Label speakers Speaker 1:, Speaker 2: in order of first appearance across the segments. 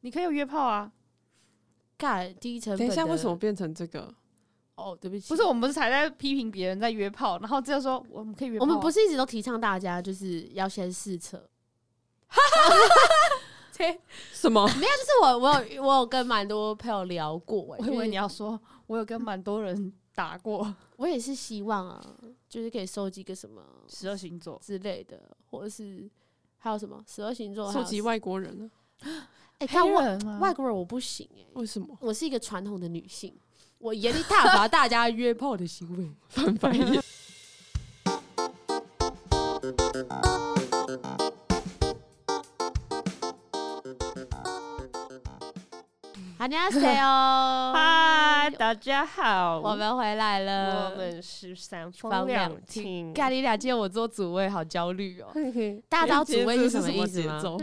Speaker 1: 你可以有约炮啊。
Speaker 2: 干低成本。
Speaker 3: 等一下，为什么？变成这个？
Speaker 2: 哦，对不起，
Speaker 1: 不是，我们不是才在批评别人在约炮，然后这就说我们可以约炮
Speaker 2: 我
Speaker 1: 啊、
Speaker 4: 哦
Speaker 2: 们不是一直都提倡大家就是要先试车。
Speaker 3: 什 么？
Speaker 2: 没有，就是我我有我有跟蛮多朋友聊过、欸，
Speaker 1: 我以为你
Speaker 2: 要，
Speaker 1: 要说，我有跟蛮多人打过
Speaker 2: 我也是希望啊，就是可以收集个什么
Speaker 1: 十二星座，
Speaker 2: 之类的，或者是还有什么十二星座，
Speaker 3: 收
Speaker 2: 还
Speaker 3: 集
Speaker 2: 有啊
Speaker 3: 外国人呢？
Speaker 2: 哎，看、
Speaker 1: 黑
Speaker 2: 外
Speaker 1: 人啊吗？
Speaker 4: 啊
Speaker 2: 外国人我不行哎、
Speaker 3: 为什么？
Speaker 2: 我是一个传统的女性，我严厉挞伐大家约炮的行为。
Speaker 3: 翻 白
Speaker 2: 啊
Speaker 3: 眼。
Speaker 2: 好，你 好谁哦？
Speaker 4: 嗨，大家好，
Speaker 2: 我们回来
Speaker 4: 我
Speaker 2: 了。
Speaker 4: 们是三
Speaker 2: 房
Speaker 4: 房
Speaker 2: 两
Speaker 4: 两厅，
Speaker 2: 咖喱俩，今天我做主位，好焦虑哦。大
Speaker 3: 大
Speaker 2: 家知道主位是什么意思吗？
Speaker 3: 节奏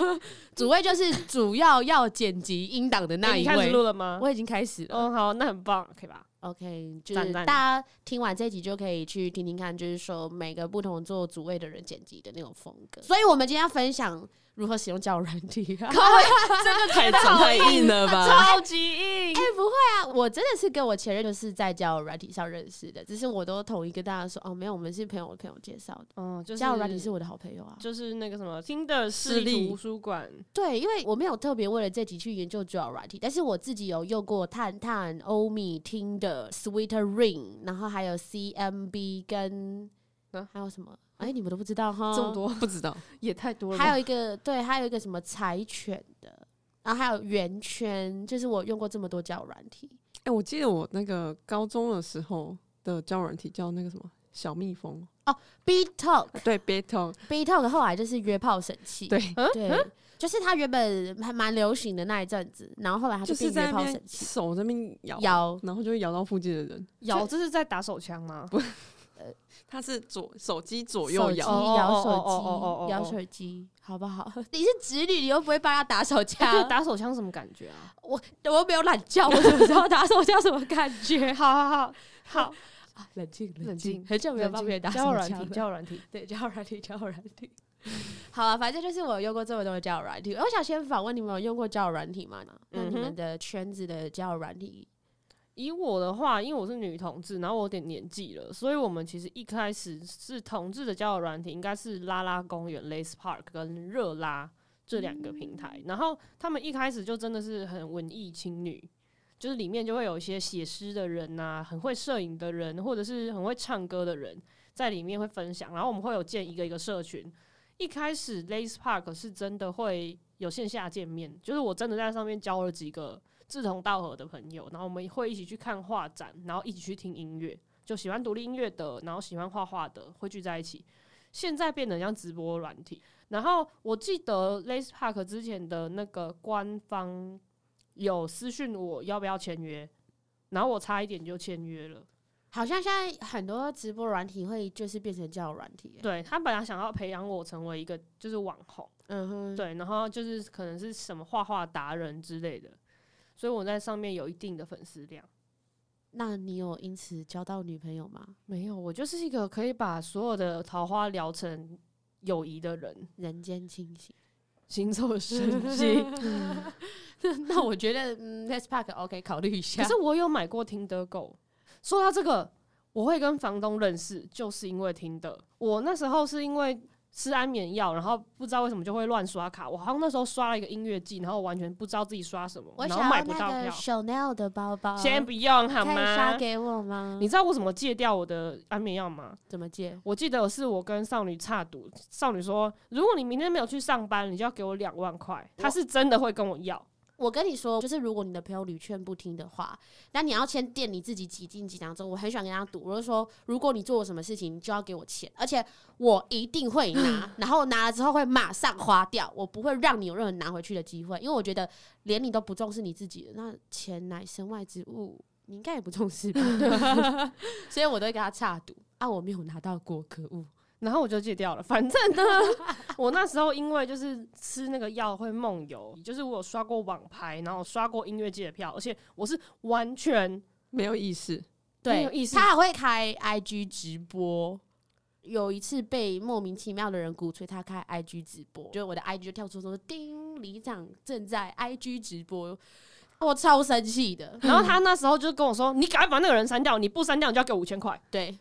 Speaker 2: 主位就是主要要剪辑音档的那
Speaker 4: 你
Speaker 2: 一
Speaker 4: 开始
Speaker 2: 位
Speaker 4: 录。了吗？
Speaker 2: 我已经开始了。
Speaker 4: 嗯，好，那很棒，可 以吧？
Speaker 2: OK，就
Speaker 4: 赞
Speaker 2: 是
Speaker 4: 赞
Speaker 2: 大家听完这集就可以去听听看，就是说每个不同做主位的人剪辑的那种风格。所以我们今天要分享如何使用交友软体、 啊。
Speaker 4: 这个
Speaker 3: 太长太硬了吧？
Speaker 4: 超级硬
Speaker 2: 哎、，不会啊，我真的是跟我前任就是在交友软体上认识的，只是我都统一跟大家说，哦，没有，我们是朋友的朋友介绍的。
Speaker 1: 哦
Speaker 4: 嗯，就是
Speaker 2: 交友软体是我的好朋友啊。
Speaker 4: 就是那个什么听的
Speaker 3: 视
Speaker 4: 视
Speaker 3: 力
Speaker 4: 力图书馆，
Speaker 2: 对，因为我没有特别为了这集去研究交友软体，但是我自己有用过探探、欧米、听的 Sweeter Ring，然后还有 CMB 跟、
Speaker 4: 啊
Speaker 3: 嗯
Speaker 2: 还有什么？哎、你们都不知道哈？
Speaker 1: 这么多
Speaker 3: 不知道，
Speaker 1: 也太多了吧，
Speaker 2: 还有一个对，还有一个什么柴犬的，然后还有圆圈，就是我用过这么多交友软体。
Speaker 3: 哎、我记得我那个高中的时候的交友软体叫那个什么小蜜蜂，
Speaker 2: B Talk
Speaker 3: 对 b a t t l e
Speaker 2: B Talk 后来就是约炮神器，
Speaker 3: 对，嗯
Speaker 2: 对 就是它原本还蛮流行的那一阵子，然后后来它
Speaker 3: 就
Speaker 2: 变
Speaker 3: 是在
Speaker 2: 约
Speaker 3: 那
Speaker 2: 炮
Speaker 3: 边
Speaker 2: 神器，
Speaker 3: 手在那边摇，
Speaker 2: 摇
Speaker 3: 然后就会摇到附近的人。
Speaker 1: 摇这是在打手枪吗？
Speaker 3: 它是左手机左
Speaker 2: 手
Speaker 3: 右
Speaker 2: 机
Speaker 3: 摇，
Speaker 4: 哦
Speaker 2: 摇
Speaker 4: 哦哦哦哦哦哦
Speaker 2: 手机，摇
Speaker 4: 哦
Speaker 2: 手机，好不好？ 你是侄女，你又不会帮他打手 枪，
Speaker 4: 对，打手枪什么感觉啊？
Speaker 2: 我我又没有懒觉，我怎么知道打手枪什么感 觉？
Speaker 1: 好好好好，
Speaker 2: 啊冷静
Speaker 1: 冷静
Speaker 2: 很久没有
Speaker 1: 冷
Speaker 2: 帮
Speaker 1: 静
Speaker 2: 别人打手
Speaker 1: 交友软
Speaker 2: 枪
Speaker 1: 体，
Speaker 2: 了
Speaker 1: 交 友软体，
Speaker 2: 对，交友软体，交友软体。好啊，反正就是我有用过这么多的交友软体。我想先访问你们有用过交友软体吗？那你
Speaker 4: 嗯哼
Speaker 2: 们的圈子的交友软体，
Speaker 4: 以我的话，因为我是女同志，然后我有点年纪了，所以我们其实一开始是同志的交友软体，应该是拉拉公园 （Lace Park） 跟热拉这两个平台。然后他们一开始就真的是很文艺青女，就是里面就会有一些写诗的人呐、很会摄影的人，或者是很会唱歌的人在里面会分享。然后我们会有建一个一个社群。一开始 Lace Park 是真的会有线下见面，就是我真的在上面交了几个志同道合的朋友，然后我们会一起去看画展，然后一起去听音乐，就喜欢独立音乐的，然后喜欢画画的会聚在一起。现在变得像直播软体，然后我记得 Lace Park 之前的那个官方有私讯我要不要签约，然后我差一点就签约了。
Speaker 2: 好像现在很多直播软体会就是变成交友软体。
Speaker 4: 对他本来想要培养我成为一个就是网红，
Speaker 2: 嗯哼，
Speaker 4: 对，然后就是可能是什么画画达人之类的，所以我在上面有一定的粉丝量。
Speaker 2: 那你有因此交到女朋友吗？
Speaker 4: 没有，我就是一个可以把所有的桃花聊成友谊的人，
Speaker 2: 人间清醒。
Speaker 4: 行走 神迹。
Speaker 2: 嗯那我觉得，嗯，Let's Park OK，考虑一下
Speaker 4: 可是我有买过听得购。说到这个，我会跟房东认识，就是因为听的。我那时候是因为吃安眠药，然后不知道为什么就会乱刷卡。我好像那时候刷了一个音乐季，然后完全不知道自己刷什么，
Speaker 2: 我
Speaker 4: 然
Speaker 2: 想
Speaker 4: 后
Speaker 2: 要
Speaker 4: 买不到
Speaker 2: 那个
Speaker 4: 票。
Speaker 2: Chanel 的包包，
Speaker 4: 先不用好
Speaker 2: 可以刷
Speaker 4: 吗？
Speaker 2: 给我吗？
Speaker 4: 你知道我怎么戒掉我的安眠药吗？
Speaker 2: 怎么借？
Speaker 4: 我记得是我跟少女差赌，少女说，如果你明天没有去上班，你就要给我两万块。她是真的会跟我要，
Speaker 2: 我跟你说，就是如果你的朋友屡劝不听的话，那你要先垫你自己几斤几两之后，我很喜欢跟他赌，我就说，如果你做我什么事情，你就要给我钱，而且我一定会拿，然后拿了之后会马上花掉，我不会让你有任何拿回去的机会，因为我觉得连你都不重视你自己的，那钱乃身外之物，你应该也不重视吧？所以我都会跟他差赌啊，我没有拿到过，可恶！
Speaker 4: 然后我就戒掉了。反正呢，我那时候因为就是吃那个药会梦游，就是我有刷过网拍，然后刷过音乐季的票，而且我是完全
Speaker 3: 没有意识。
Speaker 4: 没有
Speaker 2: 对
Speaker 4: 意，思
Speaker 2: 他还会开 IG 直播。有一次被莫名其妙的人鼓吹他开 IG 直播，就我的 IG 就跳出说叮，里长正在 IG 直播， 我超生气 的。
Speaker 4: 然后他那时候就跟我说：“你赶快把那个人删掉，你不删掉，你就要给我五千块。
Speaker 2: 对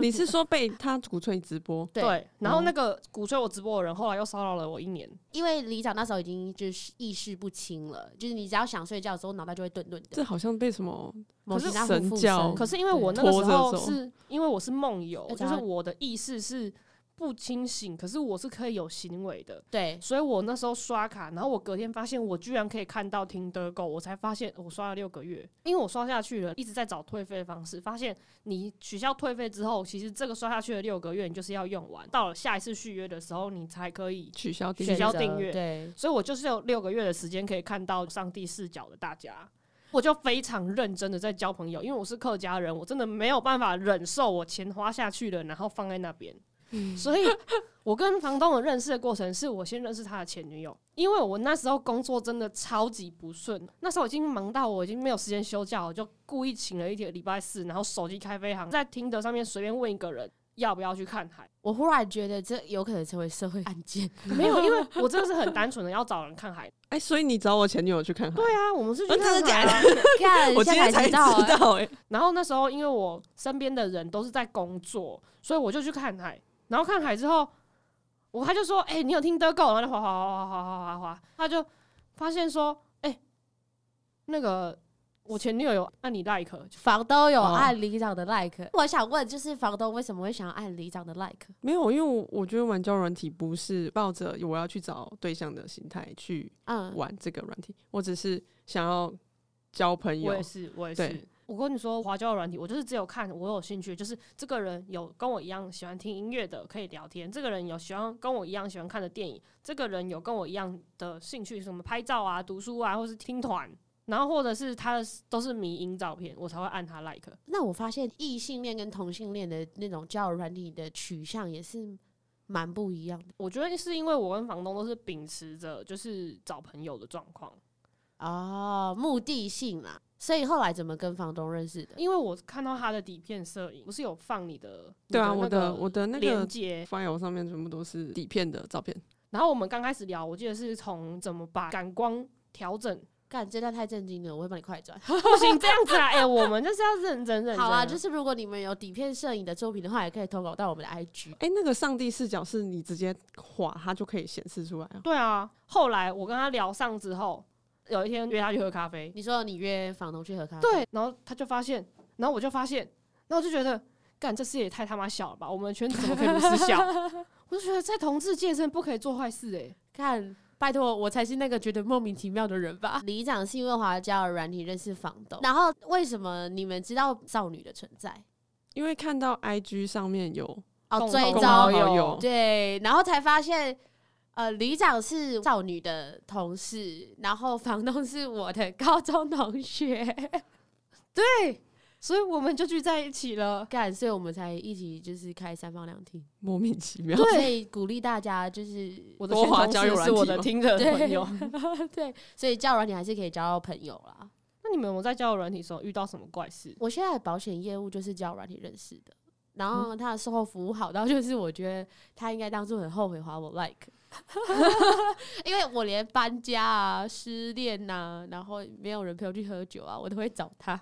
Speaker 3: 你是说被他鼓吹直 播”？
Speaker 2: 对，
Speaker 4: 然后那个鼓吹我直播的人，后来又骚扰了我一年。
Speaker 2: 因为里长那时候已经就是意识不清了，就是你只要想睡觉的时候，脑袋就会顿顿
Speaker 3: 这
Speaker 2: 的。
Speaker 3: 好像被什么？
Speaker 2: 某
Speaker 3: 可是
Speaker 2: 其他护
Speaker 3: 神
Speaker 2: 附
Speaker 3: 教
Speaker 2: 身
Speaker 4: 可是因为我那个
Speaker 3: 拖
Speaker 4: 时
Speaker 3: 着
Speaker 4: 候
Speaker 3: 走
Speaker 4: 是因为我是梦游，
Speaker 2: 要
Speaker 4: 就
Speaker 2: 讲
Speaker 4: 是
Speaker 2: 到
Speaker 4: 我的意识是不清醒，可是我是可以有行为的。
Speaker 2: 对，
Speaker 4: 所以我那时候刷卡，然后我隔天发现我居然可以看到听得够，我才发现我刷了六个月，因为我刷下去了，一直在找退费的方式，发现你取消退费之后，其实这个刷下去的六个月你就是要用完，到了下一次续约的时候你才可以。
Speaker 3: 取消订
Speaker 4: 取消
Speaker 3: 阅，
Speaker 2: 选择
Speaker 4: 订阅
Speaker 2: 对，
Speaker 4: 所以我就是有六个月的时间可以看到上帝视角的大家，我就非常认真的在交朋友，因为我是客家人，我真的没有办法忍受我钱花下去了，然后放在那边。
Speaker 3: 嗯
Speaker 4: 所以，我跟房东的认识的过程是我先认识他的前女友，因为我那时候工作真的超级不顺，那时候已经忙到我已经没有时间休假，我就故意请了一天礼拜四，然后手机开飞行，在听的上面随便问一个人要不要去看海，
Speaker 2: 我忽然觉得这有可能成为社会案 件。
Speaker 4: 没有，因为我真的是很单纯的要找人看海。
Speaker 3: 哎，所以你找我前女友去看海？
Speaker 4: 对啊，我们是去
Speaker 3: 哦真的
Speaker 4: 看海
Speaker 3: 假的
Speaker 4: 啊。
Speaker 2: 看，
Speaker 3: 我
Speaker 2: 现
Speaker 3: 今
Speaker 2: 在
Speaker 3: 天才
Speaker 2: 知
Speaker 3: 知
Speaker 2: 道啊，
Speaker 3: 道哎。
Speaker 4: 然后那时候因为我身边的人都是在工作，所以我就去看海。然后看海之后，我他就说：“哎、你有听得够？”然后就滑滑滑滑滑滑滑滑，他就发现说：“哎、那个我前女友有按你 like，就
Speaker 2: 房东有
Speaker 3: 哦
Speaker 2: 按里长的 like，、我想问，就是房东为什么会想要按里长的 like？
Speaker 3: 没有，因为我我觉得玩交友软体不是抱着我要去找对象的心态去
Speaker 2: 嗯，
Speaker 3: 玩这个软体，我只是想要交朋友
Speaker 4: 我也。是，我也
Speaker 3: 对
Speaker 4: 是。我跟你说，华教软体，我就是只有看我有兴趣，就是这个人有跟我一样喜欢听音乐的，可以聊天；这个人有喜欢跟我一样喜欢看的电影；这个人有跟我一样的兴趣，什么拍照啊、读书啊，或是听团，然后或者是他的都是迷音照片，我才会按他 like。
Speaker 2: 那我发现异性恋跟同性恋的那种交友软体的取向也是蛮不一样的
Speaker 4: 我觉得是因为我跟房东都是秉持着就是找朋友的状况，
Speaker 2: 哦，目的性啦。所以后来怎么跟房东认识的？
Speaker 4: 因为我看到他的底片摄影，不是有放你的
Speaker 3: 对啊，
Speaker 4: 你
Speaker 3: 我
Speaker 4: 那个
Speaker 3: 的我的那
Speaker 4: 链
Speaker 3: 个
Speaker 4: 接
Speaker 3: file 上面全部都是底片的照片。
Speaker 4: 然后我们刚开始聊，我记得是从怎么把感光调整，
Speaker 2: 干，这段太震惊了，我会帮你快转。
Speaker 4: 不行这样子啊！哎、我们就是要认真认真。
Speaker 2: 好啊，就是是如果你们有底片摄影的作品的话，也可以投稿到我们的 IG。
Speaker 3: 哎、那个上帝视角是你直接画，它就可以显示出来啊。
Speaker 4: 对啊。后来我跟他聊上之后，有一天约他去喝咖啡，
Speaker 2: 你说你约房东去喝咖啡，
Speaker 4: 对，然后他就发现，然后我就发现，然后我就觉得，干这世界也太他妈小了吧！我们的圈子怎么可以如此小？ 我就觉得在同志界真的不可以做坏事哎、
Speaker 2: 看，拜托，我才是那个觉得莫名其妙的人吧。里长是因为华交友软体认识房东，然后为什么你们知道少女的存在？
Speaker 3: 因为看到 IG 上面有，
Speaker 2: 哦，
Speaker 4: 共
Speaker 2: 追
Speaker 4: 同
Speaker 3: 共好
Speaker 2: 踪
Speaker 3: 友
Speaker 2: 对，然后才发现，呃，里长是少女的同事，然后房东是我的高中同学，
Speaker 4: 对，所以我们就聚在一起了。
Speaker 2: 干，所以我们才一起就是开三房两厅。
Speaker 3: 莫名其妙。
Speaker 2: 所以鼓励大家就是
Speaker 4: 我的
Speaker 3: 多
Speaker 4: 前
Speaker 3: 华
Speaker 4: 同
Speaker 3: 交
Speaker 4: 事
Speaker 3: 友软
Speaker 4: 是我
Speaker 3: 体
Speaker 4: 的
Speaker 3: 吗
Speaker 4: 听的
Speaker 2: 对
Speaker 4: 朋友。
Speaker 2: 对，所以交友软体还是可以交到朋友啦。
Speaker 4: 那你们有没有在交友软体的时候遇到什么怪事？
Speaker 2: 我现在的保险业务就是交友软体认识的，然后他的售后服务好到就是我觉得他应该当初很后悔划我 like，因为我连搬家啊、失恋呐、然后没有人陪我去喝酒啊，我都会找他。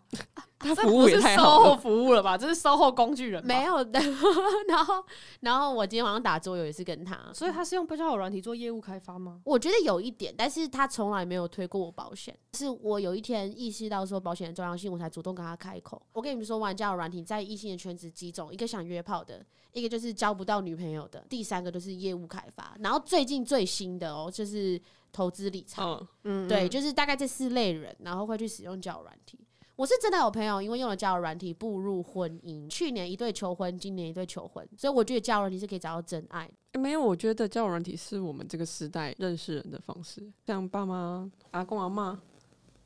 Speaker 3: 它
Speaker 4: 这
Speaker 3: 服
Speaker 4: 不
Speaker 3: 务也
Speaker 4: 是
Speaker 3: 太
Speaker 4: 售
Speaker 3: 好
Speaker 4: 后
Speaker 3: 了，
Speaker 4: 服务了吧？这是售后工具人吧
Speaker 2: 没，有的， 然后然后我今天晚上打桌游也是跟他，
Speaker 4: 所以他是用交友软体做业务开发吗？
Speaker 2: 我觉得有一点，但是他从来没有推过我保险。是我有一天意识到说保险的重要性，我才主动跟他开口。我跟你们说，玩交友软体在异性的圈子几种，一个想约炮的，一个就是交不到女朋友的，第三个就是业务开发。然后最近最新的哦，就是投资理财。
Speaker 3: 嗯，
Speaker 4: 嗯
Speaker 2: 对，就是大概这四类人，然后会去使用交友软体。我是真的有朋友因为用了交友软体步入婚姻，去年一对求婚，今年一对求婚，所以我觉得交友软体是可以找到真爱的。
Speaker 3: 诶没有，我觉得交友软体是我们这个时代认识人的方式，像爸妈、阿公阿妈，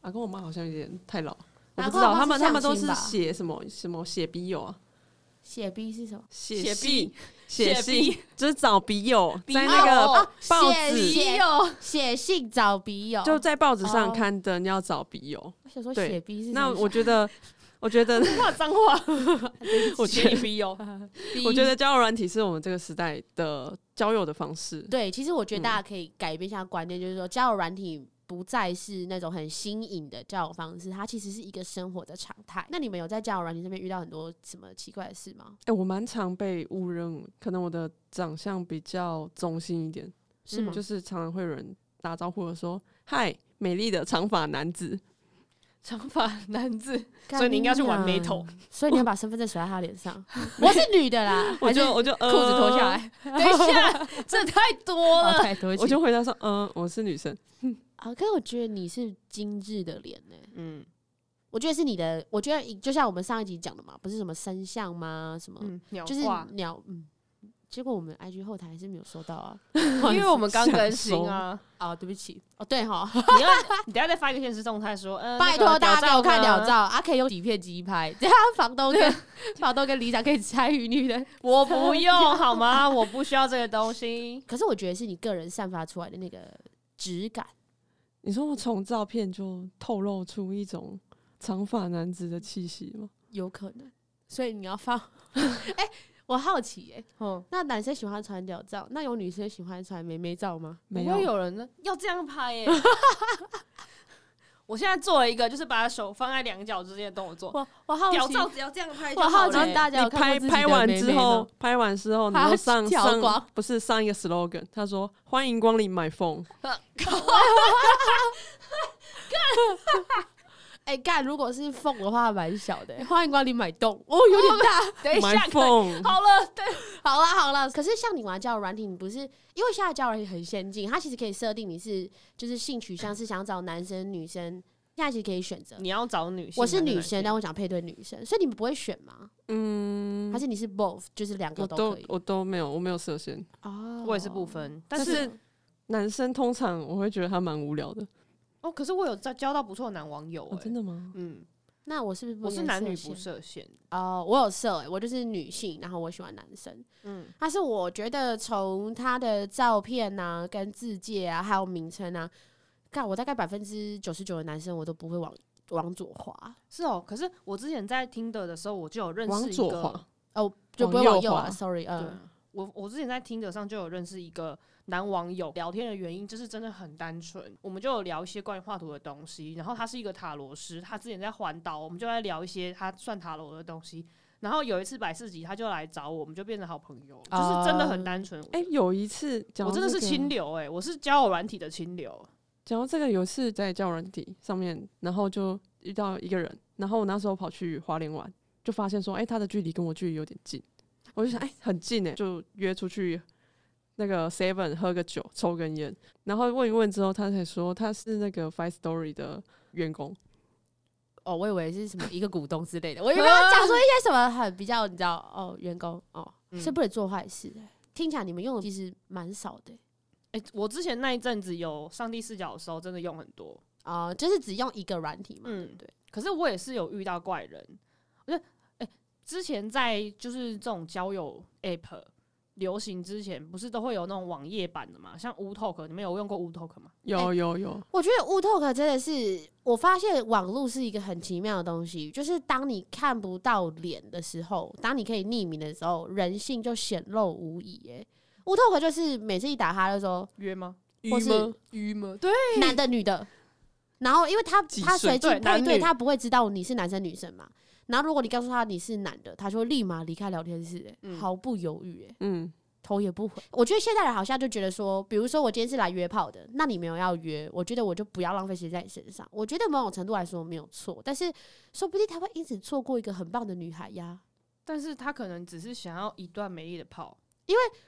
Speaker 3: 阿公阿妈好像有点太老，我
Speaker 2: 阿
Speaker 3: 不
Speaker 2: 公
Speaker 3: 知道
Speaker 2: 阿嬷
Speaker 3: 他们
Speaker 2: 是
Speaker 3: 他们
Speaker 2: 相
Speaker 3: 都
Speaker 2: 亲
Speaker 3: 是
Speaker 2: 吧
Speaker 3: 写什么什么写笔友啊，
Speaker 2: 写 B 是什么？
Speaker 3: 写
Speaker 4: 写
Speaker 3: 信
Speaker 4: 信
Speaker 3: 写
Speaker 4: 写
Speaker 3: 信
Speaker 4: 笔，
Speaker 3: 就是找笔友，在那
Speaker 4: 友
Speaker 3: 个
Speaker 2: 啊
Speaker 4: 哦
Speaker 3: 报
Speaker 2: 写
Speaker 3: 纸
Speaker 2: 写
Speaker 4: 有
Speaker 2: 写信找笔友，
Speaker 3: 就在报纸上
Speaker 2: 哦
Speaker 3: 刊登要找笔友。
Speaker 2: 我想说
Speaker 3: 对
Speaker 2: 写 B 是
Speaker 3: 那
Speaker 2: 什么
Speaker 3: 我觉得，我觉得，
Speaker 4: 骂脏话，
Speaker 3: 我觉得，
Speaker 4: 逼 哦，
Speaker 3: 我觉得交友软体是我们这个时代的交友的方式。
Speaker 2: 对，其实我觉得
Speaker 4: 嗯
Speaker 2: 大家可以改变一下观念，就是说交友软体不再是那种很新颖的交友方式，它其实是一个生活的常态。那你们有在交友软体上面遇到很多什么奇怪的事吗？
Speaker 3: 哎、我蛮常被误认，可能我的长相比较中性一点，
Speaker 2: 是
Speaker 4: 嗯
Speaker 2: 吗？
Speaker 3: 就是常常会有人打招呼的说：“嗨，美丽的长发男子。
Speaker 1: 长发男子，
Speaker 2: 干
Speaker 4: 所以你应啊该去玩
Speaker 2: 娘
Speaker 4: metal，
Speaker 2: 所以你要把身份证甩在他脸上。 我是女的 啦”，
Speaker 3: 我就我呃就裤
Speaker 1: 裤子脱下，来，
Speaker 2: 呃
Speaker 1: 等一下，这太多
Speaker 2: 还是
Speaker 1: 了。
Speaker 2: 太多
Speaker 3: 呃我就回答说：“嗯、我是女生。
Speaker 2: 啊，可是我觉得你是精致的脸呢、
Speaker 4: 嗯，
Speaker 2: 我觉得是你的，我觉得就像我们上一集讲的嘛，不是什么身相吗？什么、
Speaker 4: 嗯，鸟
Speaker 2: 就是
Speaker 4: 挂
Speaker 2: 鸟，嗯。结果我们 IG 后台还是没有收到啊！
Speaker 4: 因为我们刚更新啊，
Speaker 2: 啊，对不起，哦对哈，
Speaker 4: 你要你等一下再发一个现实动态说，呃，
Speaker 2: 拜托大家给我看
Speaker 4: 鸟
Speaker 2: 屌照，啊，可以用底片机拍， 这样房东跟房东跟里长可以参与你的。
Speaker 4: 我不用好吗？我不需要这个东 西。
Speaker 2: 可是我觉得是你个人散发出来的那个质感，”
Speaker 3: 你说我从照片就透露出一种长发男子的气息吗？
Speaker 2: 有可能，所以你要 放。哎、我好奇哎、
Speaker 4: 嗯，
Speaker 2: 那男生喜欢传屌照，那有女生喜欢传妹妹照吗？
Speaker 3: 没
Speaker 4: 不会
Speaker 3: 有，
Speaker 4: 有人呢要这样拍 耶、我现在做了一个，就是把手放在两脚之间的动作，
Speaker 2: 我我好
Speaker 4: 屌
Speaker 2: 奇，
Speaker 4: 照只要这样拍就
Speaker 2: 我
Speaker 4: 好
Speaker 2: 好
Speaker 4: 了
Speaker 2: 奇大家有
Speaker 3: 你
Speaker 2: 看过自
Speaker 3: 拍
Speaker 2: 己的
Speaker 3: 拍完
Speaker 2: 妹
Speaker 3: 之
Speaker 2: 妹
Speaker 3: 后
Speaker 2: 吗，，
Speaker 3: 拍完之后，你
Speaker 2: 还要
Speaker 3: 就上
Speaker 2: 跳
Speaker 3: 上
Speaker 2: 光
Speaker 3: 不是上一个 slogan，他说欢迎光临 my phone，
Speaker 2: 哎干、如果是缝的话蛮小的、 欢迎光临买洞哦，有点大。
Speaker 4: 等一
Speaker 3: my
Speaker 4: 下，可以
Speaker 3: phone，
Speaker 4: 好哎了，对，
Speaker 2: 哦好啦好啦，可是像你玩交友软体，你不是因为现在交友软体很先进，它其实可以设定你是就是性取向是想找男生女生，现在其实可以选择。
Speaker 4: 你要找女性，
Speaker 2: 我是女生，但我想配对女生，所以你们不会选吗？
Speaker 3: 嗯
Speaker 2: 还，是你是 both，就是两个
Speaker 3: 我
Speaker 2: 都
Speaker 3: 都
Speaker 2: 可以？
Speaker 3: 我都没有，我没有设限。
Speaker 2: 哦
Speaker 4: 我也是不。分，但
Speaker 3: 但
Speaker 4: 是
Speaker 3: 是男生通常我会觉得他蛮无聊的。
Speaker 4: 哦，可是我有交交到不错的男网友、欸，
Speaker 3: 哦，真的吗？
Speaker 4: 嗯，
Speaker 2: 那我是不是不
Speaker 4: 我是男女
Speaker 2: 不
Speaker 4: 不设限，
Speaker 2: 哦，我有设、欸，我就是女性，然后我喜欢男生。
Speaker 4: 嗯，
Speaker 2: 但是我觉得从他的照片啊、跟字界啊，还有名称啊，看我大概百分之九十九的男生我都不会往往左滑，
Speaker 4: 是哦。可是我之前在听的的时候，我就有认
Speaker 3: 往
Speaker 4: 识一
Speaker 3: 左
Speaker 4: 个
Speaker 3: 滑，
Speaker 2: 就不会
Speaker 3: 往
Speaker 2: 往
Speaker 3: 右
Speaker 2: 右啊。
Speaker 3: 滑
Speaker 2: Sorry，
Speaker 4: 对
Speaker 2: 嗯，
Speaker 4: 我我之前在听的上就有认识一个男网友，聊天的原因就是真的很单纯，我们就有聊一些关于画图的东西。然后他是一个塔罗师，他之前在环岛，我们就在聊一些他算塔罗的东西。然后有一次百事集，他就来找我，我们就变成好朋友，就是真的很单纯。
Speaker 3: 哎、有一次讲
Speaker 4: 我
Speaker 3: 到
Speaker 4: 真的是
Speaker 3: 这个
Speaker 4: 清流哎、我是交友软体的清流。
Speaker 3: 讲到这个，有一次在交友软体上面，然后就遇到一个人，然后我那时候跑去花莲玩，就发现说，哎、他的距离跟我距离有点近，我就 想，哎、很近哎、就约出去那个 Seven 喝个酒，抽根烟，然后问一问之后，他才说他是那个 Five Story 的员工，
Speaker 2: 哦，我以为是什么一个股东之类 的，我以为要讲说一些什么很比较，你知道哦，员工哦，
Speaker 4: 嗯
Speaker 2: 是不能做坏事的。听起来你们用的其实蛮少的、欸
Speaker 4: 哎、我之前那一阵子有上帝视角的时候，真的用很多。
Speaker 2: 啊、就是只用一个软体嘛，
Speaker 4: 嗯
Speaker 2: 对不对？
Speaker 4: 可是我也是有遇到怪人，我觉得，哎、之前在就是这种交友 app 流行之前，不是都会有那种网页版的嘛？像 WooTalk，你们有用过 WooTalk 吗？
Speaker 3: 有
Speaker 2: 哎
Speaker 3: 有有，
Speaker 2: 我觉得 WooTalk 真的是，我发现网络是一个很奇妙的东西，就是当你看不到脸的时候，当你可以匿名的时候，人性就显露无遗、耶 WooTalk 就是每次一打哈就说
Speaker 4: 约吗？
Speaker 2: 或是
Speaker 3: 吗？
Speaker 4: 约吗？对，
Speaker 2: 男的女的，然后因为他
Speaker 3: 几
Speaker 2: 他随
Speaker 3: 岁
Speaker 2: 机
Speaker 4: 对
Speaker 2: 配
Speaker 4: 男
Speaker 2: 对，
Speaker 4: 女
Speaker 2: 他不会知道你是男生女生嘛。然后如果你告诉他你是男的，他就会立马离开聊天室、哎
Speaker 4: 嗯
Speaker 2: 毫不犹豫、哎
Speaker 3: 嗯，
Speaker 2: 头也不回。我觉得现在人好像就觉得说，比如说我今天是来约炮的，那你没有要约，我觉得我就不要浪费时间在你身上。我觉得某种程度来说没有错，但是说不定他会因此错过一个很棒的女孩呀。
Speaker 4: 但是他可能只是想要一段美丽的泡，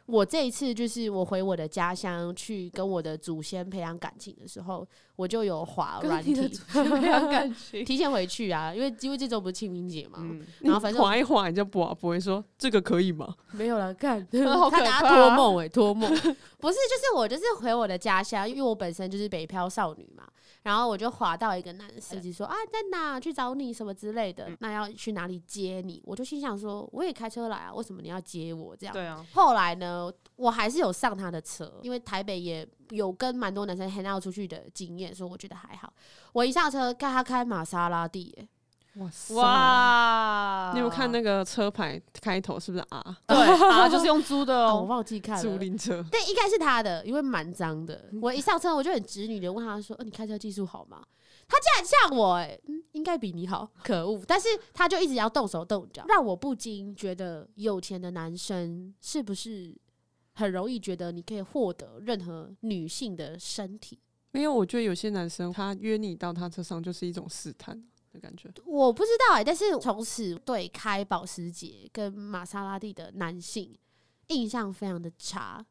Speaker 2: 我这一次就是我回我的家乡去跟我的祖先培养感情的时候，我就有滑软体，
Speaker 4: 培养感情。
Speaker 2: 提前回去啊，因为因为这周不是清明节嘛，
Speaker 4: 嗯，
Speaker 2: 然后反正
Speaker 3: 你划一划，你就不不会说这个可以吗？
Speaker 2: 没有了， 看
Speaker 4: 好
Speaker 2: 他
Speaker 4: 可
Speaker 2: 大家
Speaker 4: 怕
Speaker 2: 托梦哎、托梦不是，就是我就是回我的家乡，因为我本身就是北漂少女嘛，然后我就滑到一个男生，就说啊在哪去找你什么之类
Speaker 4: 嗯
Speaker 2: 的，那要去哪里接你？我就心想说我也开车来啊，为什么你要接我这样？
Speaker 4: 对啊，
Speaker 2: 后来呢，我还是有上他的车，因为台北也有跟蛮多男生 hang out 出去的经验，所以我觉得还好。我一上车，看他开玛莎拉蒂耶、
Speaker 3: 哇塞！
Speaker 4: 哇，
Speaker 3: 你有看那个车牌开头是不是啊？
Speaker 1: 对啊，就是用租的
Speaker 2: 哦我
Speaker 1: 哦。
Speaker 2: 忘记看
Speaker 3: 租
Speaker 2: 了。
Speaker 3: 赁车，
Speaker 2: 但应该是他的，因为蛮脏的。我一上车我就很直女的问他说：“呃，你开车技术好吗？”他竟然像我、哎，嗯，应该比你好，可恶！但是他就一直要动手动脚，让我不禁觉得有钱的男生是不是很容易觉得你可以获得任何女性的身体？
Speaker 3: 没有，我觉得有些男生他约你到他车上就是一种试探的感觉。
Speaker 2: 我不知道哎、但是从此对开保时捷跟玛莎拉蒂的男性印象非常的差。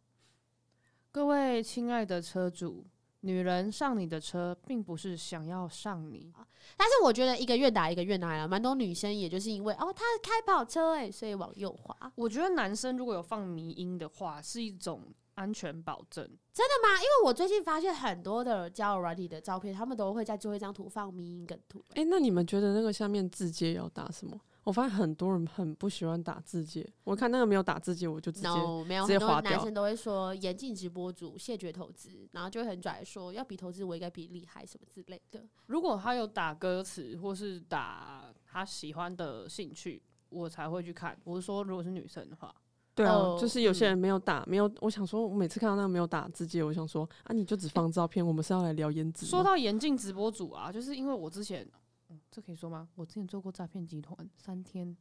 Speaker 4: 各位亲爱的车主，女人上你的车，并不是想要上你，
Speaker 2: 但是我觉得一个愿打一个愿挨了，蛮多女生也就是因为哦，她开跑车哎、所以往右滑。
Speaker 4: 我觉得男生如果有放迷音的话，是一种安全保证。
Speaker 2: 因为我最近发现很多的交友软体的照片，他们都会在最后一张图放迷音梗 图。
Speaker 3: 哎、那你们觉得那个下面字节要打什么？我发现很多人很不喜欢打字节，我看那个没有打字节，我就直接
Speaker 2: no，没有
Speaker 3: 直接
Speaker 2: 很
Speaker 3: 划
Speaker 2: 多
Speaker 3: 掉
Speaker 2: 男生都会说严禁直播主，谢绝投资，然后就会很拽说要比投资我应该比厉害什么之类的。
Speaker 4: 如果他有打歌词或是打他喜欢的兴趣，我才会去看。我是说，如果是女生的话，
Speaker 3: 对啊
Speaker 2: 哦
Speaker 3: 就是有些人没有打，没有。我想说，我每次看到那个没有打字节，我想说啊，你就只放照片，我们是要来聊颜值吗。
Speaker 4: 说到严禁直播主啊，就是因为我之前，嗯，这可以说吗？我之前做过诈骗集团三天，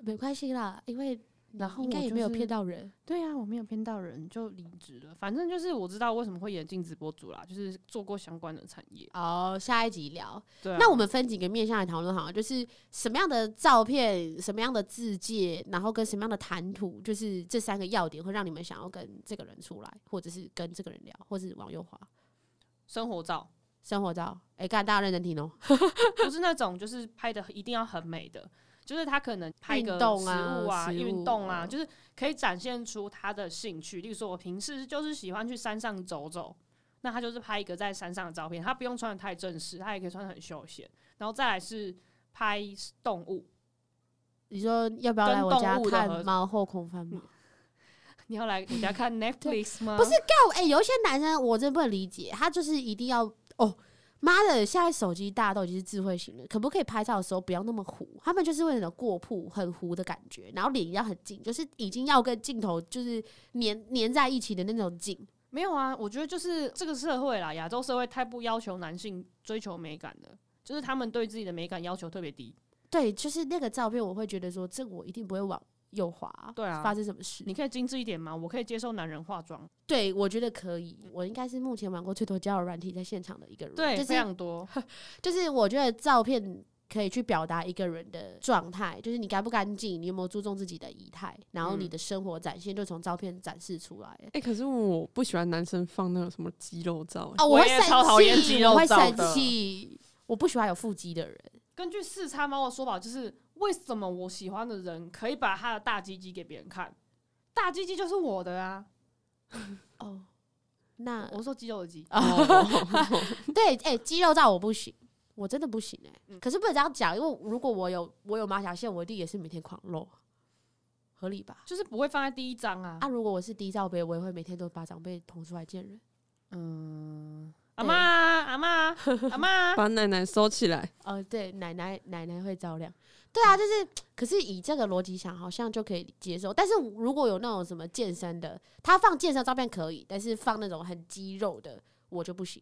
Speaker 2: 没关系啦，因为你
Speaker 4: 然后
Speaker 2: 应该
Speaker 4: 我
Speaker 2: 也
Speaker 4: 就
Speaker 2: 没有
Speaker 4: 是
Speaker 2: 骗到人。
Speaker 4: 对啊，我没有骗到人就离职了。反正就是我知道为什么会严禁直播主啦，就是做过相关的产业。
Speaker 2: 哦，下一集聊。
Speaker 4: 对啊、
Speaker 2: 那我们分几个面向来讨论好了，就是什么样的照片、什么样的字界，然后跟什么样的谈吐，就是这三个要点会让你们想要跟这个人出来，或者是跟这个人聊，或是往右滑。
Speaker 4: 生活照
Speaker 2: 生活照，哎、干大家认真听哦、
Speaker 4: 不是那种就是拍的一定要很美的。就是他可能拍一个
Speaker 2: 运
Speaker 4: 食
Speaker 2: 动
Speaker 4: 物
Speaker 2: 啊
Speaker 4: 啊、
Speaker 2: 食物
Speaker 4: 运动啊，
Speaker 2: 嗯
Speaker 4: 就是可以展现出他的兴趣。例如说，我平时就是喜欢去山上走走，那他就是拍一个在山上的照片，他不用穿的太正式，他也可以穿的很休闲。然后再来是拍动物，
Speaker 2: 你说要不要来我家
Speaker 4: 跟动物的合嗯
Speaker 2: 看
Speaker 4: 作
Speaker 2: 猫后空翻吗？
Speaker 4: 你要来我家 看 Netflix 吗？
Speaker 2: 不是但哎、有一些男生我真不能理解，他就是一定要哦。妈的！现在手机大家都已经是智慧型了，可不可以拍照的时候不要那么糊？他们就是为了过曝很糊的感觉，然后脸要很近，就是已经要跟镜头就是粘粘在一起的那种近。
Speaker 4: 没有啊，我觉得就是这个社会啦，亚洲社会太不要求男性追求美感了，就是他们对自己的美感要求特别低。
Speaker 2: 对，就是那个照片，我会觉得说这个我一定不会往右滑。
Speaker 4: 对啊
Speaker 2: 发生什么事？
Speaker 4: 你可以精致一点吗？我可以接受男人化妆，
Speaker 2: 对我觉得可以，我应该是目前玩过最多交友软体在现场的一个人，
Speaker 4: 对，
Speaker 2: 就
Speaker 4: 非
Speaker 2: 是
Speaker 4: 常多。
Speaker 2: 就是我觉得照片可以去表达一个人的状态，就是你干不干净，你有没有注重自己的仪态，然后你
Speaker 4: 嗯
Speaker 2: 的生活展现就从照片展示出来。
Speaker 3: 哎、可是我不喜欢男生放那个什么肌肉照、欸
Speaker 2: 哦，我会
Speaker 4: 我也超讨厌
Speaker 2: 生
Speaker 4: 肌
Speaker 2: 气，
Speaker 4: 肉
Speaker 2: 我会
Speaker 4: 照
Speaker 2: 生
Speaker 4: 的
Speaker 2: 气，我不喜欢有腹肌的人。
Speaker 4: 根据四叉猫的说法，就是为什么我喜欢的人可以把他的大鸡鸡给别人看，大鸡鸡就是我的啊。
Speaker 2: 哦，那
Speaker 4: 我说肌肉的鸡，
Speaker 3: 哦
Speaker 2: 对，哎、肌肉照我不行，我真的不行哎、
Speaker 4: 嗯
Speaker 2: 可是不能这样讲，因为如果我有我有马甲线，我一定也是每天狂露，合理吧？
Speaker 4: 就是不会放在第一张啊。
Speaker 2: 啊，如果我是低罩杯，我也会每天都把长辈捧出来见人。
Speaker 4: 嗯，阿妈，阿妈，阿妈，
Speaker 3: 把奶奶收起来。
Speaker 2: 呃，对，奶奶奶奶会照亮。对啊，就是，可是以这个逻辑想，好像就可以接受。但是如果有那种什么健身的，他放健身照片可以，但是放那种很肌肉的，我就不行。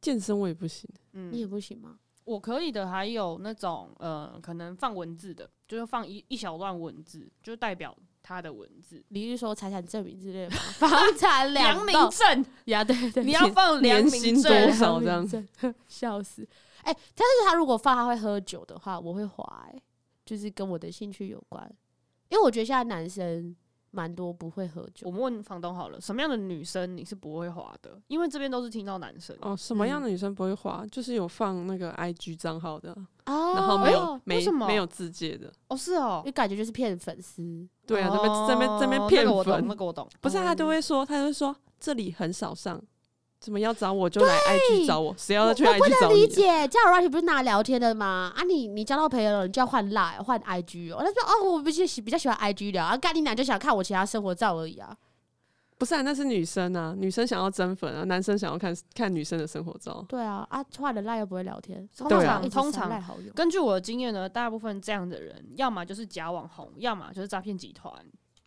Speaker 3: 健身我也不行，
Speaker 4: 嗯
Speaker 2: 你也不行吗？
Speaker 4: 我可以的，还有那种呃，可能放文字的，就是放一一小段文字，就是代表他的文字。
Speaker 2: 你是说财产证明之类的吗？房产 两
Speaker 4: 良民
Speaker 2: 栋
Speaker 4: 证，
Speaker 2: 呀，对对，
Speaker 4: 你要放良
Speaker 3: 年
Speaker 4: 民
Speaker 3: 薪多
Speaker 4: 证，
Speaker 3: 少这样？
Speaker 2: 样， 笑死！哎、但是他如果放他会喝酒的话，我会滑、哎，就是跟我的兴趣有关，因为我觉得现在男生蛮多不会喝 酒
Speaker 4: 我。们问房东好了，什么样的女生你是不会滑的？因为这边都是听到男生。啊
Speaker 3: 哦，什么样的女生不会滑？就是有放那个 IG 账号的，啊
Speaker 2: 哦
Speaker 3: 然后没有、
Speaker 4: 哎为
Speaker 3: 没
Speaker 4: 什么
Speaker 3: 没有字界的。
Speaker 4: 哦，是哦
Speaker 2: 因，为感觉就是骗粉丝。
Speaker 3: 对啊，那边
Speaker 4: 哦
Speaker 3: 这边这边骗
Speaker 4: 那个我懂，
Speaker 3: 粉
Speaker 4: 那，个我懂。
Speaker 3: 不是他都会说，他就会说这里很少上，怎么要找我就来 IG 找我，谁要
Speaker 2: 我
Speaker 3: 去
Speaker 2: 我
Speaker 3: IG 找
Speaker 2: 理
Speaker 3: 你啊？
Speaker 2: 解，交友软体不是拿来聊天的吗？啊你，你交到朋友了，你就要换 Line 换 IG 哦。他说哦，我比较喜比较喜欢 IG 聊，啊，干你俩就想看我其他生活照而已啊。
Speaker 3: 不是、啊，那是女生啊，女生想要增粉啊，男生想要看看女生的生活照。
Speaker 2: 对啊，啊，坏了赖又不会聊天，
Speaker 4: 通
Speaker 3: 对
Speaker 4: 常
Speaker 2: 一直
Speaker 4: 通
Speaker 2: 删赖
Speaker 4: 常
Speaker 2: 好友，
Speaker 4: 嗯根据我的经验呢，大部分这样的人，要么就是假网红，要么就是诈骗集团。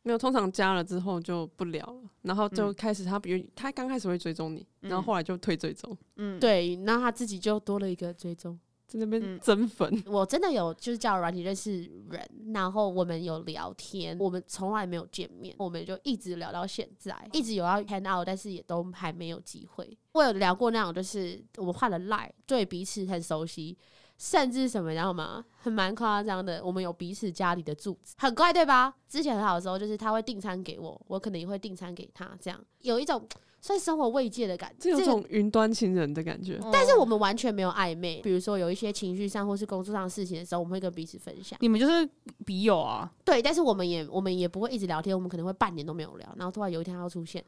Speaker 3: 没有，通常加了之后就不聊了，然后就开始他比如他刚开始会追踪你，然
Speaker 4: 嗯
Speaker 3: 后后来就退追踪，
Speaker 4: 嗯，，
Speaker 2: 对，然后他自己就多了一个追踪。
Speaker 3: 在那边
Speaker 4: 嗯
Speaker 3: 增粉。
Speaker 2: 我真的有就是叫软体认识人，然后我们有聊天，我们从来没有见面，我们就一直聊到现在，一直有要 hang out，但是也都还没有机会。我有聊过那种，就是我们换了 line，对彼此很熟悉。甚至什么，你知道吗？很蛮夸张的。我们有彼此家里的住址，很怪对吧？之前很好的时候，就是他会订餐给我，我可能也会订餐给他，这样有一种算生活慰藉的感觉。
Speaker 3: 这有
Speaker 2: 个
Speaker 3: 种云端情人的感觉。
Speaker 4: 但
Speaker 2: 但是我们完全没有暧昧，比如说有一些情绪上或是工作上的事情的时候，我们会跟彼此分享。
Speaker 4: 你们就是笔友啊，
Speaker 2: 对，但是我们也我们也不会一直聊天，我们可能会半年都没有聊，然后突然有一天他要出现，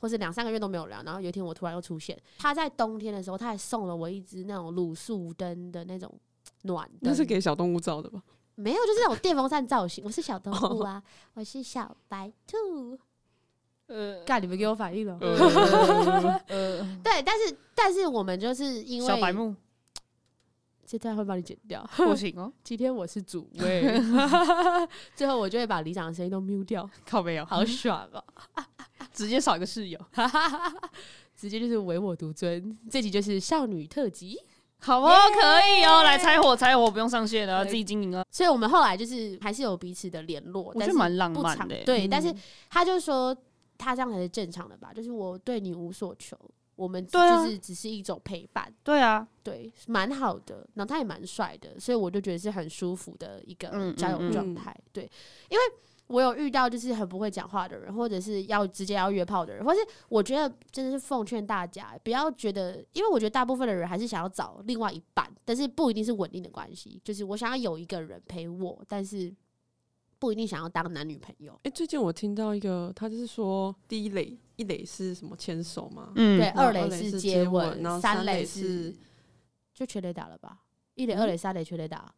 Speaker 2: 或是两三个月都没有聊，然后有一天我突然又出现。他在冬天的时候，他还送了我一只那种卤素灯的那种暖灯，
Speaker 3: 那是给小动物照的吧？
Speaker 2: 没有，就是那种电风扇造型。我是小动物啊，我是小白兔。
Speaker 4: 呃
Speaker 2: 干，你们给我反应 了。
Speaker 4: 呃 呃，
Speaker 2: 对，但是但是我们就是因为
Speaker 4: 小白 目
Speaker 2: 这段会帮你剪掉。
Speaker 4: 不行哦，
Speaker 2: 今天我是主 位，最后我就会把里长的声音都 mute 掉，
Speaker 4: 靠没有，
Speaker 2: 好爽哦！
Speaker 4: 直接少一个室友，
Speaker 2: 直接就是唯我独尊，这集就是少女特辑。
Speaker 4: 好哦，可以哦，来拆火拆火，不用上线了，自己经营啊，
Speaker 2: 所以我们后来就是还是有彼此的联络，
Speaker 4: 我觉
Speaker 2: 但
Speaker 4: 得
Speaker 2: 是
Speaker 4: 蛮浪
Speaker 2: 不
Speaker 4: 漫
Speaker 2: 长
Speaker 4: 的欸。
Speaker 2: 对，但是他就说他这样才是正常的吧，就是我对你无所求，我们
Speaker 4: 对啊
Speaker 2: 就是只是一种陪伴，
Speaker 4: 对啊，
Speaker 2: 对，蛮好的。然后他也蛮帅的，所以我就觉得是很舒服的一个
Speaker 4: 嗯嗯
Speaker 2: 交友
Speaker 4: 嗯
Speaker 2: 状态。对，因为我有遇到就是很不会讲话的人，或者是要直接要约炮的人，或是我觉得真的是奉劝大家不要觉得，因为我觉得大部分的人还是想要找另外一半，但是不一定是稳定的关系，就是我想要有一个人陪我，但是不一定想要当男女朋友。
Speaker 3: 哎、最近我听到一个，他就是说第一垒一垒是什么牵手嘛，
Speaker 4: 嗯
Speaker 2: 对，
Speaker 3: 然后
Speaker 2: 二
Speaker 3: 二
Speaker 2: 垒
Speaker 3: 垒
Speaker 2: 是
Speaker 3: 是
Speaker 2: 接
Speaker 3: 接
Speaker 2: 吻，
Speaker 3: 吻然后
Speaker 2: 三
Speaker 3: 三
Speaker 2: 垒
Speaker 3: 垒
Speaker 2: 是嗯
Speaker 3: 是
Speaker 2: 就全垒打了吧？一垒、二垒、三垒全垒打。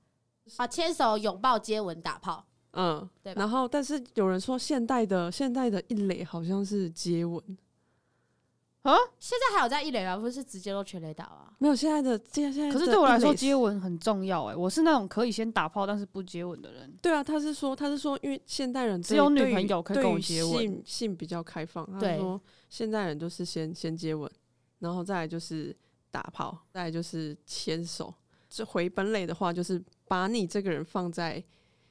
Speaker 2: 啊，牵手、拥抱、接吻、打炮，
Speaker 3: 嗯，
Speaker 2: 对吧
Speaker 3: 然后但是有人说现代的现代的一垒好像是接吻，
Speaker 4: 啊
Speaker 2: 现在还有在一垒吗？不是直接都全垒打啊？
Speaker 3: 没有现在的现现在
Speaker 4: 可是
Speaker 3: 的
Speaker 4: 对我
Speaker 3: 一
Speaker 4: 来说，
Speaker 3: 垒
Speaker 4: 接吻很重要哎、我是那种可以先打炮但是不接吻的人。
Speaker 3: 对啊，他是说，他是说，因为现代人
Speaker 4: 只
Speaker 3: 对
Speaker 4: 有女
Speaker 3: 对于
Speaker 4: 朋友可以
Speaker 3: 对
Speaker 4: 跟
Speaker 3: 于
Speaker 4: 我接吻
Speaker 3: 性性比较开放。他
Speaker 2: 对
Speaker 3: 说现代人就是先先接吻，然后再来就是打炮，再来就是牵手。这回本垒的话，就是把你这个人放在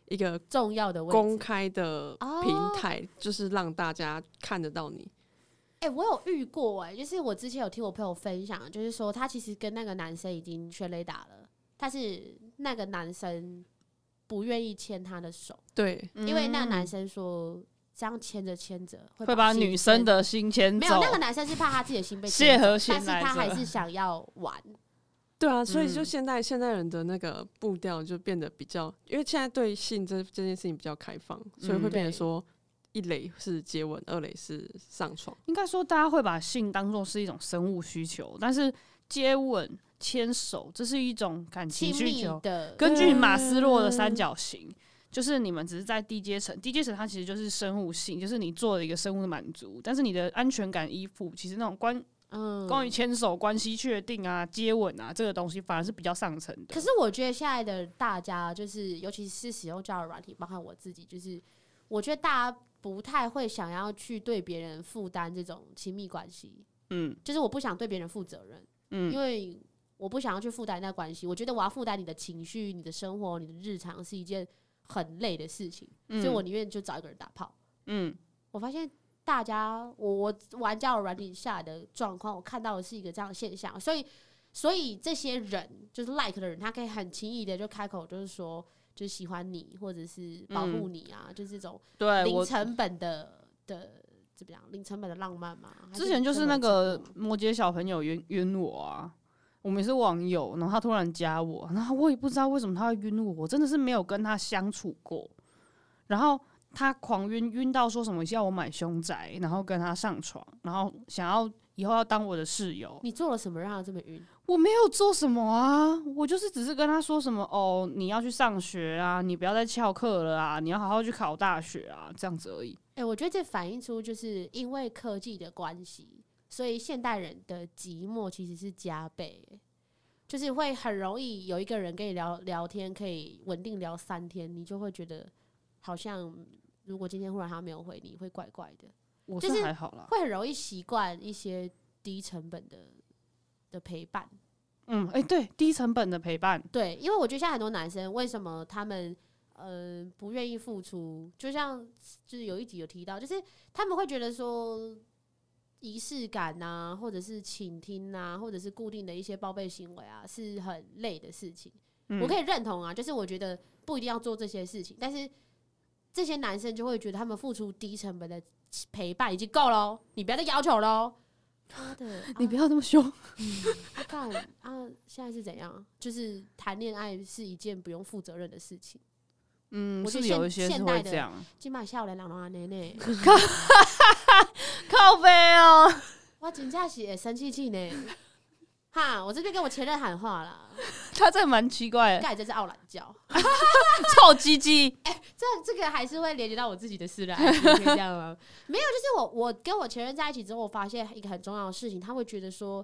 Speaker 3: 一个
Speaker 2: 重要的位置。
Speaker 3: 公开的
Speaker 2: 哦
Speaker 3: 平台，就是让大家看得到你。
Speaker 2: 哎、我有遇过哎、就是我之前有听我朋友分享，就是说他其实跟那个男生已经全垒打了，但是那个男生不愿意牵他的手，
Speaker 3: 对，
Speaker 2: 因为那个男
Speaker 4: 生
Speaker 2: 生说这样牵着牵着会
Speaker 4: 会把
Speaker 2: 心
Speaker 4: 女生
Speaker 2: 牵
Speaker 4: 的心牵
Speaker 2: 没
Speaker 4: 走，
Speaker 2: 有那个男生是怕他自己的心被
Speaker 4: 谢
Speaker 2: 牵走
Speaker 4: 和弦
Speaker 2: 但是
Speaker 4: 来
Speaker 2: 他
Speaker 4: 着
Speaker 2: 还是想要玩。
Speaker 3: 对啊，所以就
Speaker 4: 嗯
Speaker 3: 现代、现代人的那个步调就变得比较，因为现在对性这这件事情比较开放，所以
Speaker 4: 嗯
Speaker 3: 会
Speaker 2: 对
Speaker 3: 变成说。一垒是接吻，二垒是上床。
Speaker 4: 应该说大家会把性当做是一种生物需求，但是接吻、牵手这是一种感情
Speaker 2: 亲
Speaker 4: 需
Speaker 2: 密
Speaker 4: 求。
Speaker 2: 的，嗯
Speaker 4: 根据马斯洛的三角形，就是你们只是在低阶层，低阶层它其实就是生物性，就是你做了一个生物的满足，但是你的安全感依附，其实那种关
Speaker 2: 嗯
Speaker 4: 关于牵手、关系确定啊、接吻啊这个东西，反而是比较上层的。
Speaker 2: 可是我觉得现在的大家，就是尤其是使用交友软体，包括我自己，就是我觉得大家不太会想要去对别人负担这种亲密关系，
Speaker 4: 嗯
Speaker 2: 就是我不想对别人负责任，
Speaker 4: 嗯
Speaker 2: 因为我不想要去负担那关系。我觉得我要负担你的情绪、你的生活、你的日常是一件很累的事情，
Speaker 4: 嗯
Speaker 2: 所以我宁愿就找一个人打炮。
Speaker 4: 嗯
Speaker 2: 我发现大家，我我玩交友软体下来的状况，我看到的是一个这样的现象，所以所以这些人就是 like 的人，他可以很轻易的就开口，就是说就是喜欢你，或者是保护你啊，就是这种
Speaker 4: 对嗯
Speaker 2: 零
Speaker 4: 呃我
Speaker 2: 成本的的怎么样，零成本的浪漫嘛。还
Speaker 4: 之前就是
Speaker 2: 真的
Speaker 4: 那
Speaker 2: 很成
Speaker 4: 个
Speaker 2: 功
Speaker 4: 摩羯小朋友晕晕我啊，我们也是网友，然后他突然加我，然后我也不知道为什么他会晕我，我真的是没有跟他相处过。然后他狂晕晕到说什么要我买凶宅，然后跟他上床，然后想要以后要当我的室友。
Speaker 2: 你做了什么让他这么晕？
Speaker 4: 我没有做什么啊，我就是只是跟他说什么哦，你要去上学啊，你不要再翘课了啊，你要好好去考大学啊，这样子而已。
Speaker 2: 哎、哎、我觉得这反映出就是因为科技的关系，所以现代人的寂寞其实是加倍欸，就是会很容易有一个人跟你聊聊天，可以稳定聊三天，你就会觉得好像如果今天忽然他没有回你，会怪怪的，
Speaker 4: 我
Speaker 2: 就是
Speaker 4: 是还好啦，
Speaker 2: 会很容易习惯一些低成本的的陪伴。
Speaker 4: 嗯，哎、对，低成本的陪伴，
Speaker 2: 对，因为我觉得现在很多男生为什么他们呃不愿意付出，就像就是有一集有提到，就是他们会觉得说仪式感呐、或者是倾听呐、或者是固定的一些报备行为啊，是很累的事情。
Speaker 4: 嗯
Speaker 2: 我可以认同啊，就是我觉得不一定要做这些事情，但是这些男生就会觉得他们付出低成本的陪伴已经够喽，你不要再要求喽。妈的，
Speaker 3: 你
Speaker 2: 啊
Speaker 3: 不要那么凶，
Speaker 2: 干啊！现在是怎样？就是谈恋爱是一件不用负责任的事情。
Speaker 4: 嗯，
Speaker 2: 我觉
Speaker 4: 是
Speaker 2: 得
Speaker 4: 有一些
Speaker 2: 现
Speaker 4: 是
Speaker 2: 现
Speaker 4: 会
Speaker 2: 代
Speaker 4: 这
Speaker 2: 的
Speaker 4: 样，
Speaker 2: 今晚下午来人安尼呢，
Speaker 1: 靠背哦，
Speaker 2: 我真正是会生气气呢。哈，我这边跟我前任喊话啦，
Speaker 1: 他这蛮奇怪的，
Speaker 2: 盖这是傲懒教，
Speaker 1: 臭鸡鸡，
Speaker 2: 这这个还是会连接到我自己的私人爱情，可以这样吗？ 没有，就是我我跟我前任在一起之后，我发现一个很重要的事情，他会觉得说，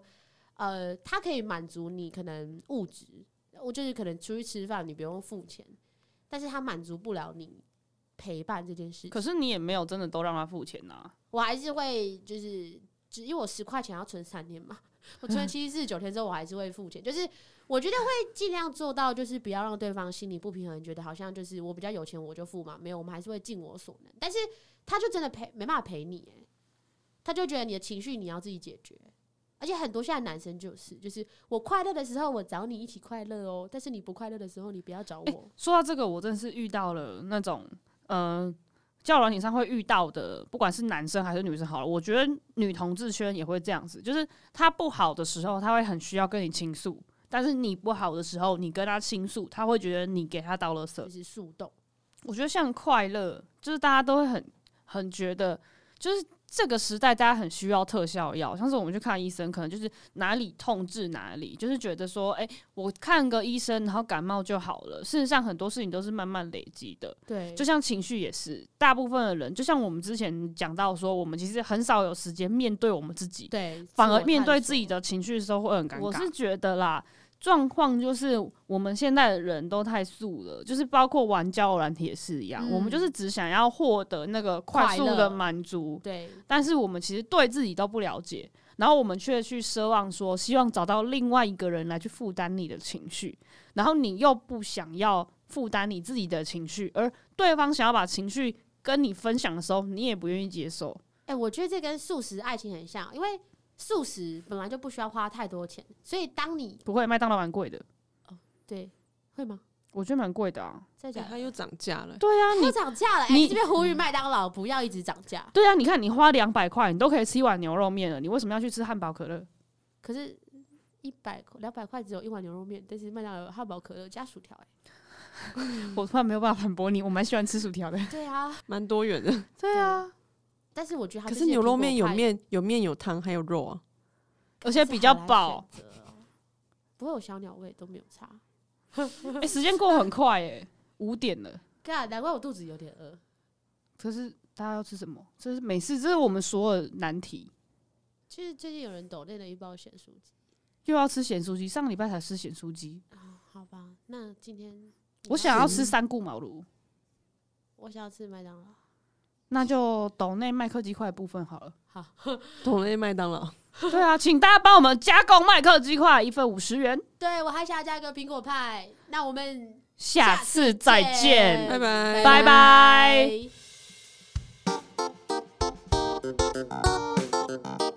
Speaker 2: 呃，他可以满足你可能物质，我就是可能出去吃饭你不用付钱，但是他满足不了你陪伴这件事情。
Speaker 4: 可是你也没有真的都让他付钱呐、啊
Speaker 2: 我还是会就是，只因为我十块钱要存三天嘛，我存了七四十九天之后，我还是会付钱。就是我觉得会尽量做到，就是不要让对方心里不平衡，觉得好像就是我比较有钱我就付嘛，没有，我们还是会尽我所能。但是他就真的陪没办法陪你、欸，他就觉得你的情绪你要自己解决。而且很多现在男生就是，就是我快乐的时候我找你一起快乐哦，但是你不快乐的时候你不要找我。
Speaker 4: 说到这个，我真的是遇到了那种，呃，教软体上会遇到的，不管是男生还是女生，好了，我觉得女同志圈也会这样子，就是他不好的时候，他会很需要跟你倾诉，但是你不好的时候，你跟他倾诉，他会觉得你给他倒垃圾
Speaker 2: 就。是树洞，
Speaker 4: 我觉得像快乐，就是大家都会很很觉得，就是这个时代大家很需要特效药。像是我们去看医生，可能就是哪里痛治哪里，就是觉得说，哎、我看个医生，然后感冒就好了。事实上，很多事情都是慢慢累积的。
Speaker 2: 对，
Speaker 4: 就像情绪也是，大部分的人，就像我们之前讲到说，我们其实很少有时间面对我们自己，
Speaker 2: 对，
Speaker 4: 反
Speaker 2: 自
Speaker 4: 而
Speaker 2: 我
Speaker 4: 面
Speaker 2: 探
Speaker 4: 对
Speaker 2: 索
Speaker 4: 自己的情绪的时候会很尴尬。
Speaker 1: 我是
Speaker 4: 觉得啦，状况就是我们现在的人都太素了，就是包括玩交友软体也是一样，
Speaker 2: 嗯
Speaker 4: 我们就是只想要获得那个快速
Speaker 2: 快乐
Speaker 4: 的满足，
Speaker 2: 对
Speaker 4: 但是我们其实对自己都不了解，然后我们却去奢望说，希望找到另外一个人来去负担你的情绪，然后你又不想要负担你自己的情绪，而对方想要把情绪跟你分享的时候，你也不愿意接受。
Speaker 2: 哎、我觉得这跟素食爱情很像，因为素食本来就不需要花太多钱，所以当你
Speaker 4: 不会，麦当劳蛮贵的，
Speaker 2: 对会吗？
Speaker 4: 我觉得蛮贵的啊。
Speaker 2: 再讲，
Speaker 3: 它又涨价了。
Speaker 4: 对啊，
Speaker 2: 又
Speaker 4: 你
Speaker 2: 涨价了。哎、
Speaker 4: 你
Speaker 2: 这边呼吁麦当劳不要一直涨价，
Speaker 4: 对啊，你看你花两百块，你都可以吃一碗牛肉面了，你为什么要去吃汉堡可乐？
Speaker 2: 可是一百两百块只有一碗牛肉面，但是麦当劳有汉堡、可乐加薯条、哎
Speaker 4: 我突然没有办法反驳你，我蛮喜欢吃薯条的。
Speaker 2: 哎，对啊，
Speaker 3: 蛮多元的，
Speaker 4: 对啊，
Speaker 2: 但是我觉得它
Speaker 3: 可
Speaker 2: 就是是
Speaker 3: 牛肉面有
Speaker 2: 苹果派，
Speaker 3: 面有面有汤还有肉啊，
Speaker 4: 而且比较 饱。
Speaker 2: 这是好难选择哦，不会有小鸟味，都没有差。
Speaker 4: 哎、时间过得很快哎、五点了。
Speaker 2: God，难怪我肚子有点饿。
Speaker 4: 可是大家要吃什么？这是每次这是我们所有的难题，
Speaker 2: 就是最近有人抖内了一包咸酥鸡
Speaker 4: 又要吃咸酥鸡，上个礼拜才吃咸酥鸡，
Speaker 2: 啊，好吧，那今天
Speaker 4: 我想要吃三顾茅庐，
Speaker 2: 我想要吃麦当劳。
Speaker 4: 那就岛内麦克鸡块的部分好 了。
Speaker 2: 好，
Speaker 3: 同类麦当劳。
Speaker 4: 对啊，请大家帮我们加购麦克鸡块一份五十元，
Speaker 2: 对我还想要加一个苹果派。那我们
Speaker 4: 下次再见。
Speaker 3: 拜 拜
Speaker 4: 拜拜